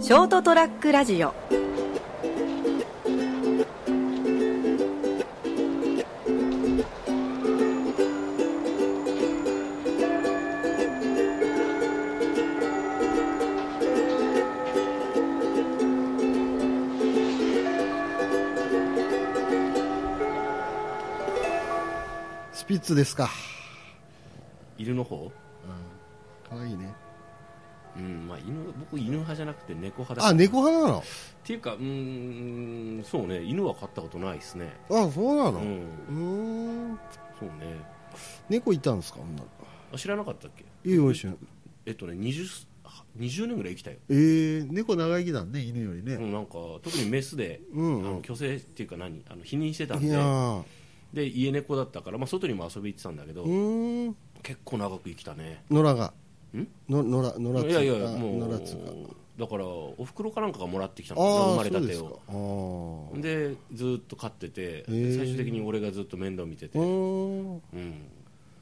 ショートトラックラジオスピッツですか。犬の方可愛いね。うんまあ犬僕犬派じゃなくて猫派だあ、猫派なのっていうかうーんそうね犬は飼ったことないですねあ、そうなうのうんーん。そうね猫いたんですか女のあ知らなかったっけ子いいよ、一緒に。えっとね 20, 20年ぐらい生きたよ、えー、猫長生きだね、犬よりうね。んなんか特にメスで、うんうんあの去勢っていうか何あの避妊してたんいでやー。で家猫だったから、まあ、外にも遊び行ってたんだけど、うーん。結構長く生きたね野良が。んの野良、野良つうかいやいやも野良うつうか。だからおふくろかなんかがもらってきたあの生まあ、れそうたでてすかを。あーでずーっと飼ってて、ー最終的に俺がずっと面倒見てて、ううんーん。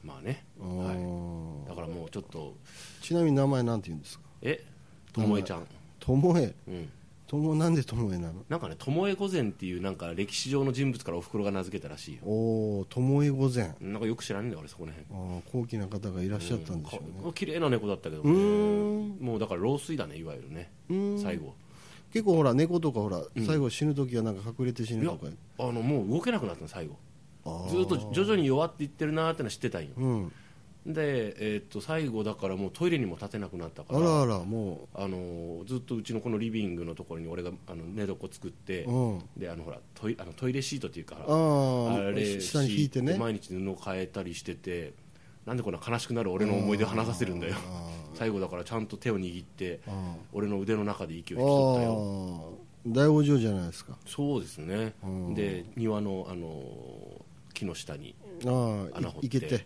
まあね、あーはい、だからもうちょっとちなみに名前なんて言うんですかえともえちゃん、ともえ。うん、とも、なんでともえなのなんかねともえ御前っていうなんか歴史上の人物からおふくろが名付けたらしいよおー、ともえ御前。なんかよく知らねえんだよ俺そこら辺あー高貴な方がいらっしゃったんでしょうね。か綺麗な猫だったけどうねーもうだから老衰だねいわゆるねうん最後結構ほら猫とかほら、最後死ぬ時はなんか隠れて死いぬやとかあのもう動けなくなったの最後あーずーっと徐々に弱っていってるなーってのは知ってたんようんで、えーっと最後だからもうトイレにも立てなくなったかあららあらもあのずっとうちのこのリビングのところに俺があの寝床作って、ううんであのほらトイあのトイレシートっていうかああーれ下に引いてね毎日布を変えたりしててなんでこんな悲しくなる俺の思い出を話させるんだよあ最後だからちゃんと手を握ってあー俺の腕の中で息をあ引き取ったよー大往生じゃないですかそうですねうんで庭のあの木の下にああ穴掘っていけて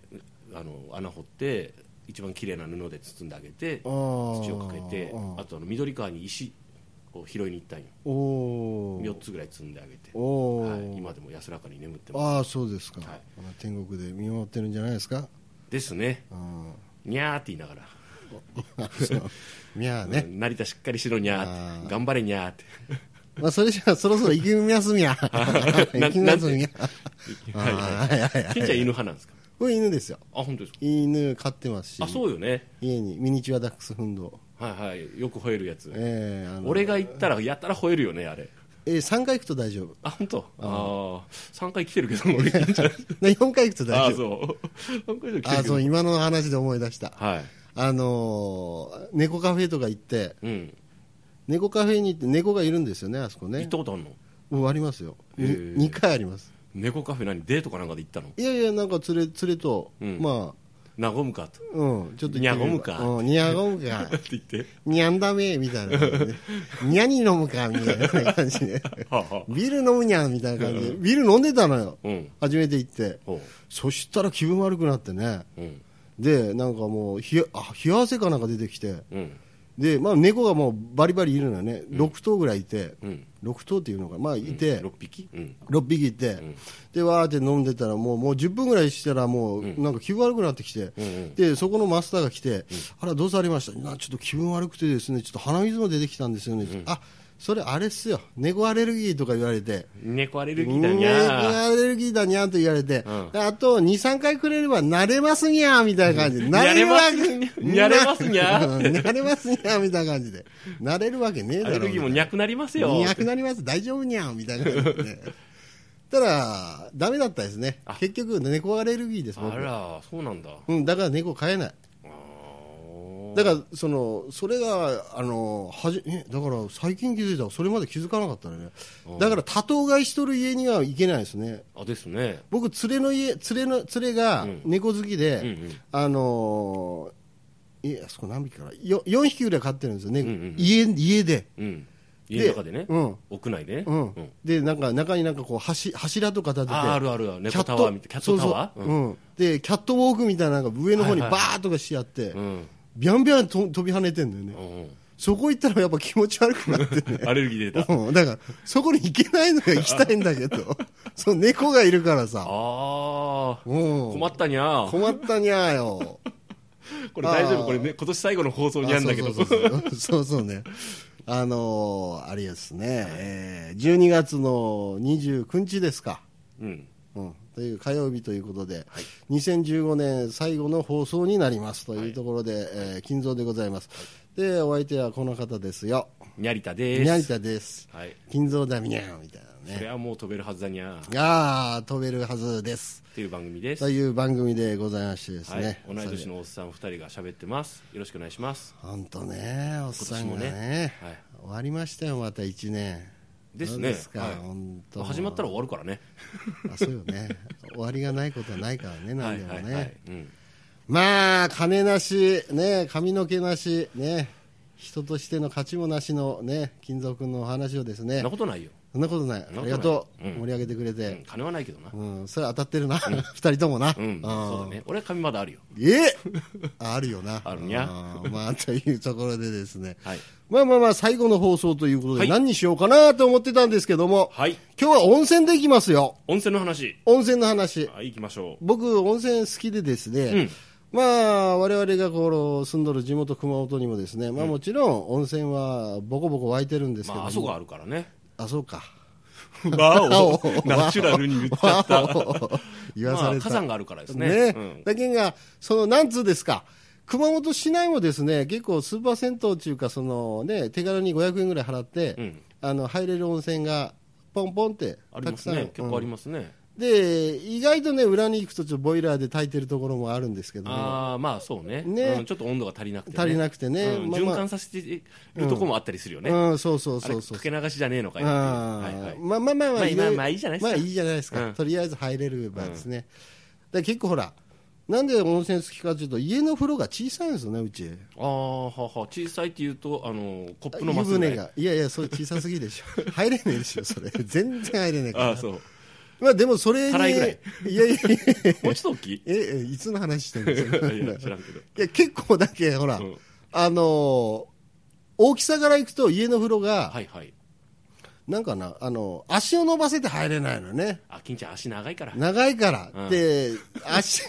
あの穴掘って一番綺麗な布で包んであげてあ土ーをかけてあーあとあの緑川に石を拾いに行ったんよおお4つぐらい積んであげて、おお、はい、今でも安らかに眠ってますああそうですか、はい天国で見守ってるんじゃないですかですねあにゃーって言いながら、ー そうみゃあね、成田しっかりしろにゃーっあーて頑張れにゃー ってまあ、それじゃあそろそろ息休み や息休みやはいあはーいいやいやいや金ちゃん犬派なんですかこれ犬ですよあ本当ですか犬飼ってますしあそうよね家にミニチュアダックスフンドを、はいはいよく吠えるやつ、えーあの俺が行ったらやたら吠えるよねあれえー、3回行くと大丈夫あ本当ああ3回来てるけど俺金ちゃん4回行くとあ大ー丈夫そう3回来てるけあどー そう今の話で思い出したはいあのー猫カフェとか行ってうん猫カフェに行って猫がいるんですよねあそこ行っねたことあるのもうありますよへー2回あります猫カフェ何デートかなんかで行ったのいやいやなんか連れ連れと、うんまあなごむかとうんちょっと行ってみればにゃごむかうん、にゃごむかって言ってにゃんだめみたいな感 じでにゃに飲むかみたいな感じではあはビール飲むにゃんみたいな感じでビール飲んでたのよあうん初めて行ってほそしたら気分悪くなってねううんでなんかもう冷やあ冷や汗かなんか出てきてうんで、まあ、猫がもうバリバリいるのよね、6頭ぐらいいて、うん6頭っていうのかなまあ、いて、 6匹うん6匹いて、でわーって飲んでたらもうもう10分ぐらいしたらもう、なんか気分悪くなってきて、うんうんでそこのマスターが来て、あらどうされましたなちょっと気分悪くてですねちょっと鼻水も出てきたんですよね、あそれあれっすよ猫アレルギーとか言われて猫アレルギーだに猫ゃーアレルギーだにゃーと言われて、うんであと23回くれれば慣れますにゃーみたいな感じで慣れるわけ慣れますにゃーうん慣れますにゃーみたいな感じで慣れるわけねえだアろレルギーもにゃくなりますよなくなります、大丈夫にゃんみたいな感じで ね。ただ、ダメだったですねあ。結局、猫アレルギーです、僕あらそうなんだうん、だから猫飼えない。あーだから、その、それが、あの、はじ、え、だから、最近気づいたそれまで気づかなかったね。だから、多頭飼いしとる家には行けないですね。あですね僕、連れの家、連れの、連れがうん猫好きで、うんうんあのー、え、あそこ何匹かなよ ?4 匹ぐらい飼ってるんですよね。んうん家、家で。うん家の中でねうん屋内でねううんん、でなんか中になんかこう柱柱とか立ててあーあるあるある猫タワーみたいキャットタワーそうそううんでキャットウォークみたいなのが上の方にはバいはいーッとかしてあって、うんビャンビャンと飛び跳ねてんだよね、うんそこ行ったらやっぱ気持ち悪くなって ねアレルギー出たうん、だからそこに行けないのが行きたいんだけ どその猫がいるからさああうん困ったにゃー困ったにゃーよこれ大丈あ夫ーこれね今年最後の放送にゃんだけど あそうそうそうそうそうそうねあのーあれですね、えー12月の29日ですか、うんうん、という火曜日ということで、2015年最後の放送になりますというところで、えー金蔵でございます、でお相手はこの方ですよにゃりたですにゃりたですはい金蔵だみにゃんみたいなそねれはもう飛べるはずだにゃーっああ飛べるはずですていう番組ですという番組でございましてですはいね、、同い年のおっさん2人が喋ってますよろしくお願いします本当ねおっさんがね今年もねはい終わりましたよまた1年ですどうねですか、はい本当始まったら終わるからねあそうよね終わりがないことはないからねは何いでもはね、いはい、うん、まあ金なしね髪の毛なしね人としての価値もなしのね金蔵君のお話をですそねんなことないよ、そんなことないんなことないありがとう、うん盛り上げてくれうんて、金はないけどなうんそれ当たってるな、 二人ともな、うん、そうだね俺は髪まだあるよえああるよな。あるにゃあーまあ、というところでですね。はいまあまあまあ、最後の放送ということはで、い何にしようかなと思ってたんですけども、はい今日は温泉で行きますよ。温泉の話温泉の話。はい行きましょう僕、温泉好きでですね、まあ、我々がこの住んどる地元熊本にもですね、まあもちろん温泉はボコボコ湧いてるんですけどまも、ああそこがあるからねあ、そうか。 わ おナチュラルに言っちゃ ったお言わまさあれ火た。山があるからですねねうんだけが、そのなんつうですか、熊本市内もですね結構、スーパー銭湯っていうかその、ね、手軽に500円ぐらい払って、うんあの入れる温泉がポンポンってありたまくすさん、ね結構ありうんますね、で意外とね、裏に行くと、ちょっとボイラーで炊いてるところもあるんですけども、ああまあそうねねうんちょっと温度が足りなくて、足りなくてね、うんまあま循あ環させているとこもあったりするよね、うん、そうそうそうそうあれかけ流しじゃねえのかよあっていーうはいはいまあまあまあまあ、まあろろまあいいじゃないですかまあいいじゃないですか、うんとりあえず入れればですね、で結構ほら、なんで温泉好きかというと、家の風呂が小さいんですよね、うち、あーはは小さいっていうとあのコップの湯マスぐらい船が、いやいや、それ小さすぎでし ょ、入れねえでしょ、それ、全然入れねえから、ああそうまあでもそれに、たらいぐらいやいやいや、もうちょっと 大きいいええ、いつの話してるんですか、やい いや知らんけどや、結構だけ、ほら、うんあのー大きさからいくと、家の風呂が、はいはいなんかな、あの足を伸ばせて入れないのね。あ金ちゃん足長いから長いから、うんで足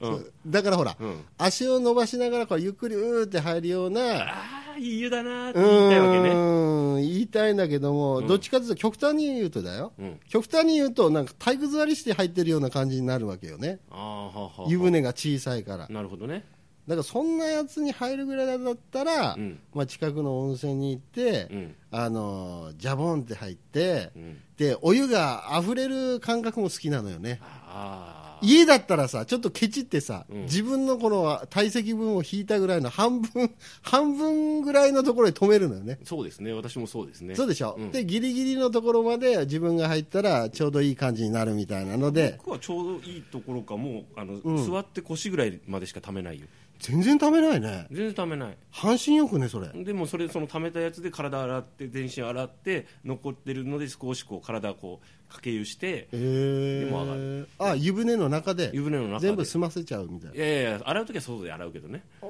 そうだからほら、うん足を伸ばしながらこうゆっくりうーって入るようなああいい湯だなーってう言いたいわけねーん言いたいんだけども、どっちかというと極端に言うとだよ、うん極端に言うとなんか体育座りして入ってるような感じになるわけよねああはは湯船が小さいからだかなるほどねらそんなやつに入るぐらいだったら、うんまあ、近くの温泉に行って、うんあのジャボンって入って、うんでお湯が溢れる感覚も好きなのよねああ家だったらさ、ちょっとケチってさ、うん自分のこの体積分を引いたぐらいの半分、 半分ぐらいのところで止めるのよね。そうですね私もそうですねそうでしょ、うんで、ギリギリのところまで自分が入ったらちょうどいい感じになるみたいなので、僕はちょうどいいところかもうあの、座って腰ぐらいまでしか溜めないよ全然食べないね。全然溜めない半身浴ね、それ。でもそれその溜めたやつで体洗って全身洗って残ってるので少しこう体をこうかけ湯してえでも上がー、あ、湯船の中で、湯船の中で全部済ませちゃうみたいいな。やいや洗う時は外で洗うけどねあ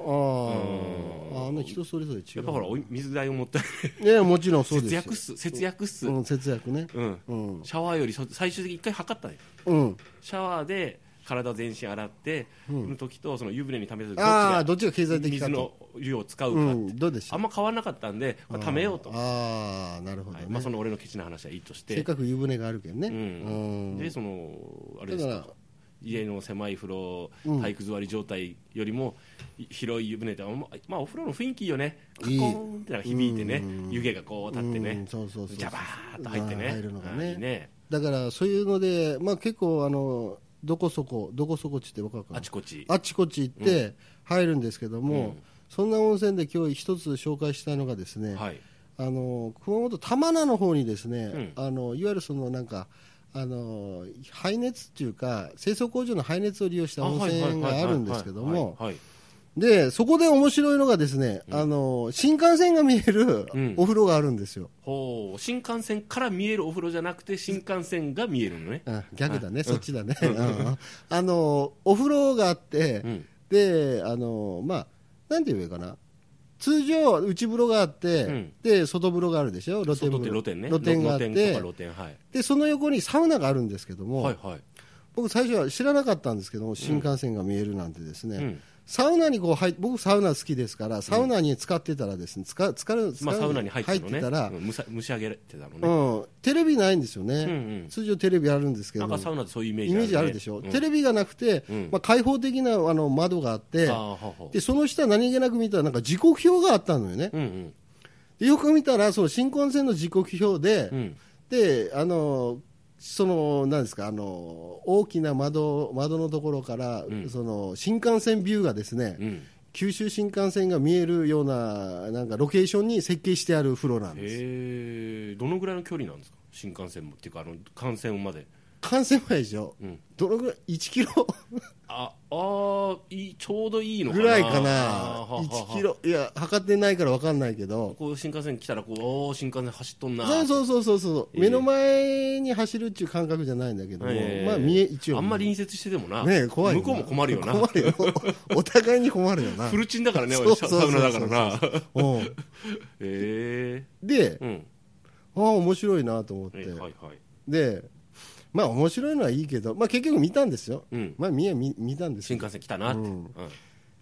あ、あの人それぞれ違う。やっぱほらお水代をもったいいや、もちろん そうです節よ。約っす節約っすうん、節約ね。うん、うん。シャワーよりそ最終的に一回測ったねうん。シャワーで体全身洗っての時とその湯船に溜めた時ああ、どどっっちが経済ちで的か水と。の湯を使うか、うん、どうでしあたんま変わらなかったんでこれ溜めようと、はああなるほどね、いまあ、その俺のケチな話はいいとしせってかく湯船があるけどね、うん、うんでそのあれですだかから家の狭い風呂うん体育座り状態よりもい広い湯船で、まあまあ、お風呂の雰囲気いいよねカコいいーンってなんか響いてね湯気がこう立ってうねんそうそうそうジャバーっと入ってねあー入るのがねあーいいねだからそういうので、まあ、結構あのどこそこどこそこっちってわかるかなあちこちあっちこっち行って入るんですけども、そんな温泉で今日一つ紹介したいのがですね、はいあの熊本玉名の方にですね、うあのいわゆるそのなんかあの排熱っていうか清掃工場の排熱を利用した温泉があるんですけどはいはいも、はいはいで、そこで面白いのがですね、あの、新幹線が見えるうんお風呂があるんですよ。ほう新幹線から見えるお風呂じゃなくて新幹線が見えるのねあ逆だね、そっちだね。うんあの、お風呂があって、うんで、あの、まあ、なんて言えばいいかな。通常、内風呂があって、うんで、外風呂があるでしょ、露天外っ風て呂。露天ね露天があっ露天とてか、露天はいで、その横にサウナがあるんですけども、はいはい僕最初は知らなかったんですけども、新幹線が見えるなんてですね、うんサウナにこう入っ僕、サウナ好きですから、サウナに使ってたらですね、つか疲れ疲まあ、れサウナに入ってたのねたら、うん、むさ蒸し上げてたのうね、ん、テレビないんですよね、うんうん通常テレビあるんですけなどんかサウナってそういうイメージイメーねジあるでしょ、うんテレビがなくて、うんまあ、開放的なあの窓があってあーははでその下何気なく見たらなんか時刻表があったのよねうんうんでよく見たらその新幹線の時刻表で、うんであのそのなんですかあの大きな窓窓のところから、んその新幹線ビューがですね、うん九州新幹線が見えるようななんかロケーションに設計してある風呂なんですへえどのぐらいの距離なんですか新幹線もっていうかあの幹線まで、幹線前でしょうん、どのぐらい1キロああーいいちょうどいいのかなぐらいかあな、ーははは1キロ、いや、測ってないから分かんないけど、こう新幹線来たらこうおー新幹線走っとんなそうそうそうそうそう、ええ目の前に走るっていう感覚じゃないんだけども、えーまあ、見え、一応、あんまり隣接してでもな、ねえ 怖いよ向こうも困るよな困るよ、お互いに困るよな フ、ルチンだからねそうサそうそウうナだからなうんへえで、うんああ、面白いなと思っえて、はいはいで、まあ、面白いのはいいけど、まあ、結局見たんですよ、うんまあ、見え、見見たんです新よ、幹線来たなって、ううんん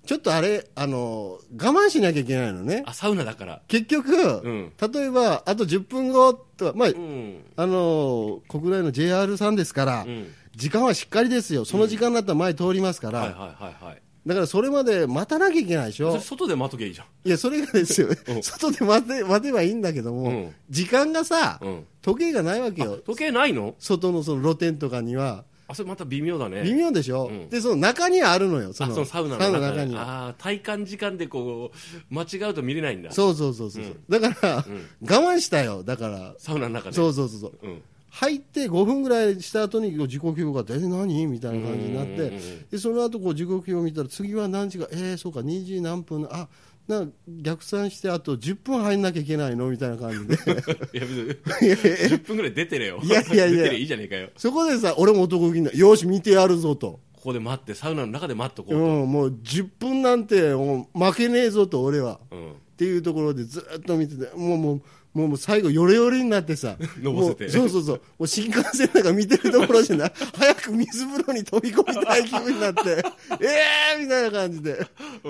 ちょっとあれ、あの我慢しなきゃいけないのね、あサウナだから結局、うん例えば、あと10分後とか、まあう、んあのー国内の JR さんですから、うん時間はしっかりですよ、その時間だったら前通りますから、はいはいはいはいだからそれまで待たなきゃいけないでしそょれ、外で待っとけばいいじゃんいや、それがですよ、うん外で待て待てばいいんだけども、うん時間がさ、うん時計がないわけよ、時計ないの外のその露店とかには、あそれまた微妙だね微妙でしょ、うんでその中にはあるのよ、あそのサウナのの中中にには。ああ体感時間でこう間違うと見れないんだそうそうそうそう、だから、我慢したよ、だから、サウナの中でそうそうそうそう、うん入って5分ぐらいした後に時刻表が「え何?」みたいな感じになっうんうんうんうてんでその後こう時刻表を見たら次は何時か「えー、そうか2時何分あな逆算してあと10分入んなきゃいけないの?」みたいな感じ でいや別に10分ぐらい出てれよいやいやいや出てれいいじゃねえかよそこでさ俺も男気になよし見てやるぞと、ここで待ってサウナの中で待っとうこん、もう10分なんてもう負けねえぞと俺はううんっていうところでずっと見ててもうもうもうもう最後、ヨレヨレになってさ、 のぼせてもうそうそうそう、もう新幹線なんか見てるところじゃない、 早く水風呂に飛び込みたい気分になって、 えーみたいな感じで、だ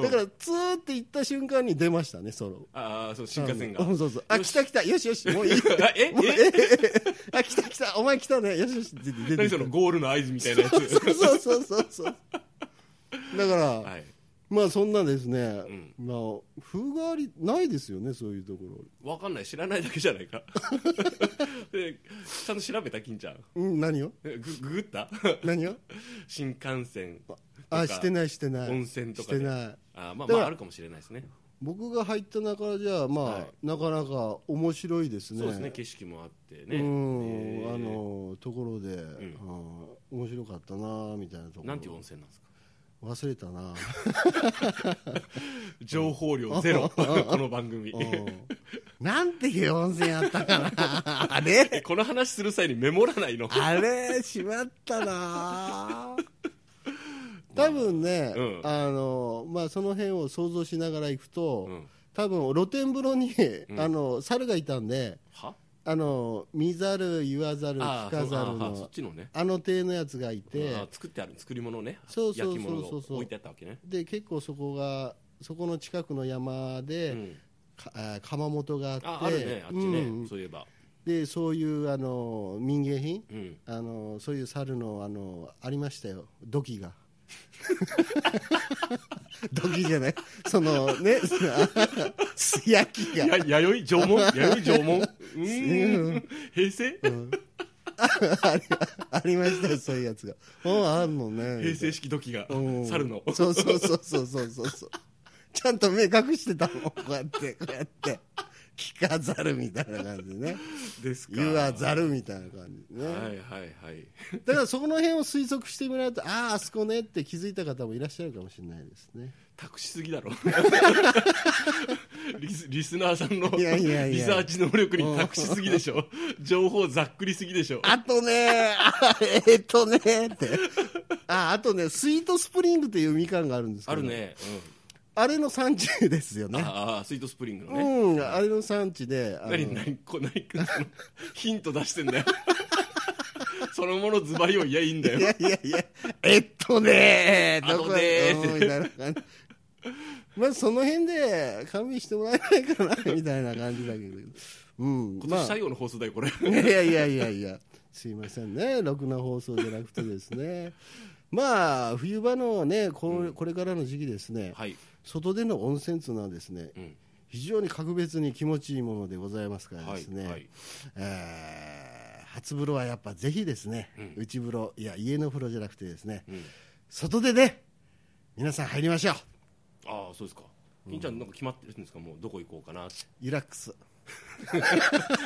から、ツーって行った瞬間に出ましたね、ソロ。ああそう新幹線がうんそうそう、あ、来た来た、よしよ し、もういい。あ えもうえ えあ、来た来た、お前来たね、よしよし、出て出て何そのゴールの合図みたいなやつそうそうそうそう。だから、はいまあそんなですね、んまあ風変わりないですよね、そういうところ。わかんない知らないだけじゃないか でちゃんと調べた金ちゃんうん、何をえグググった 何を新幹線あとかしてないしてない温泉とかしでてないあーまだあまからああるかもしれないですね僕が入った中じゃまあ、はいなかなか面白いですねそうですね景色もあってねうん、えーあのところで、うん面白かったなみたいなところなんていう温泉なんですか忘れたな情報量ゼロ この番組 うんなんていう温泉やったかなあれこの話する際にメモらないのあれしまったな多分ね、うんあのまあその辺を想像しながら行くと、うん多分露天風呂に、んあの猿がいたんではあの見ざる言わざるあ聞かあそざあるーそのっちのねあの手のやつがいてあー作ってある作り物ねそうそうそうそう焼き物が置いてあったわけねで結構そこがそこの近くの山で、うんかあー窯元があってああるねあっちうんねそういえばでそういうあの民芸品うんあのそういう猿のあのありましたよ土器 が土器じゃないそのね素焼きがや弥生 縄文弥生縄文うーん平成ありましたよそういうやつがうんあるのね平成式土器がうん猿のそうそうそうそうそうそうそうちゃんと目隠してたもんこうやってこうやって聞かざるみたいな感じでねですか言わざるみたいな感じでね、はいはいはいだからそこの辺を推測してもらうとあああそこねって気づいた方もいらっしゃるかもしれないです ね託しすぎだろリスリスナーさんのいやいやいやリサーチ能力に託しすぎでしょ情報ざっくりすぎでしょあとねあえっとねってああとねスイートスプリングというみかんがあるんですけあどるね、あれの産地ですようん、ねああスイートスプリングのうね、んあれの産地であの何何こ何あのヒント出してんだよ そのものズバリをいやいいんだいよやいやいや、えっとねー、あのねーどこやうんみたいな感じまずその辺で勘弁してもらえないかなみたいな感じだけどうん今まあ年最後の放送だよこれいやいやいやいやすいませんねろくな放送じゃなくてですねまあ冬場のねこれこれからの時期ですね、はい外での温泉というのはですね、うん非常に格別に気持ちいいものでございますからですね、はいはいえー初風呂はやっぱぜひですね、内風呂いや家の風呂じゃなくてですね、ん外でね皆さん入りましょうああそうですか金ちゃんなんか決まってるんですかもうどこ行こうかなってリラックス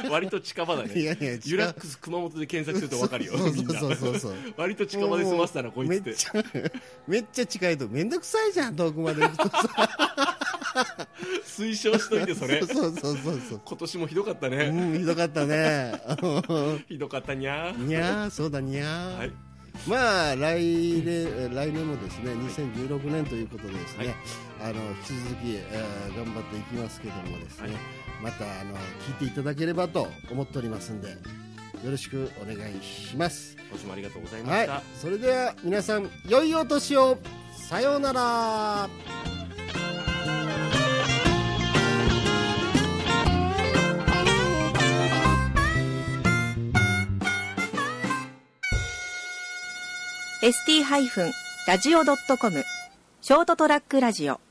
割と近場だねいやいや違うユラックス熊本で検索すると分かるよそうみんなそうそう そう 割と近場で済ませたなこいつっめてっちゃ めっちゃ近いと面倒くさいじゃん遠くまで行くとさ推奨しといて それ そうそうそうそう今年もひどかったうねんひどかった ねひどかったにゃーにゃーそうだにゃー、はいまあ来年えー来年もですね2016年ということでですね、あの引き続き、えー頑張っていきますけどもですね、はいまたあの聞いていただければと思っておりますんでよろしくお願いします今年もありがとうございまはしいた、それでは皆さん良いお年をさようなら ST-radio.com ショートトラックラジオ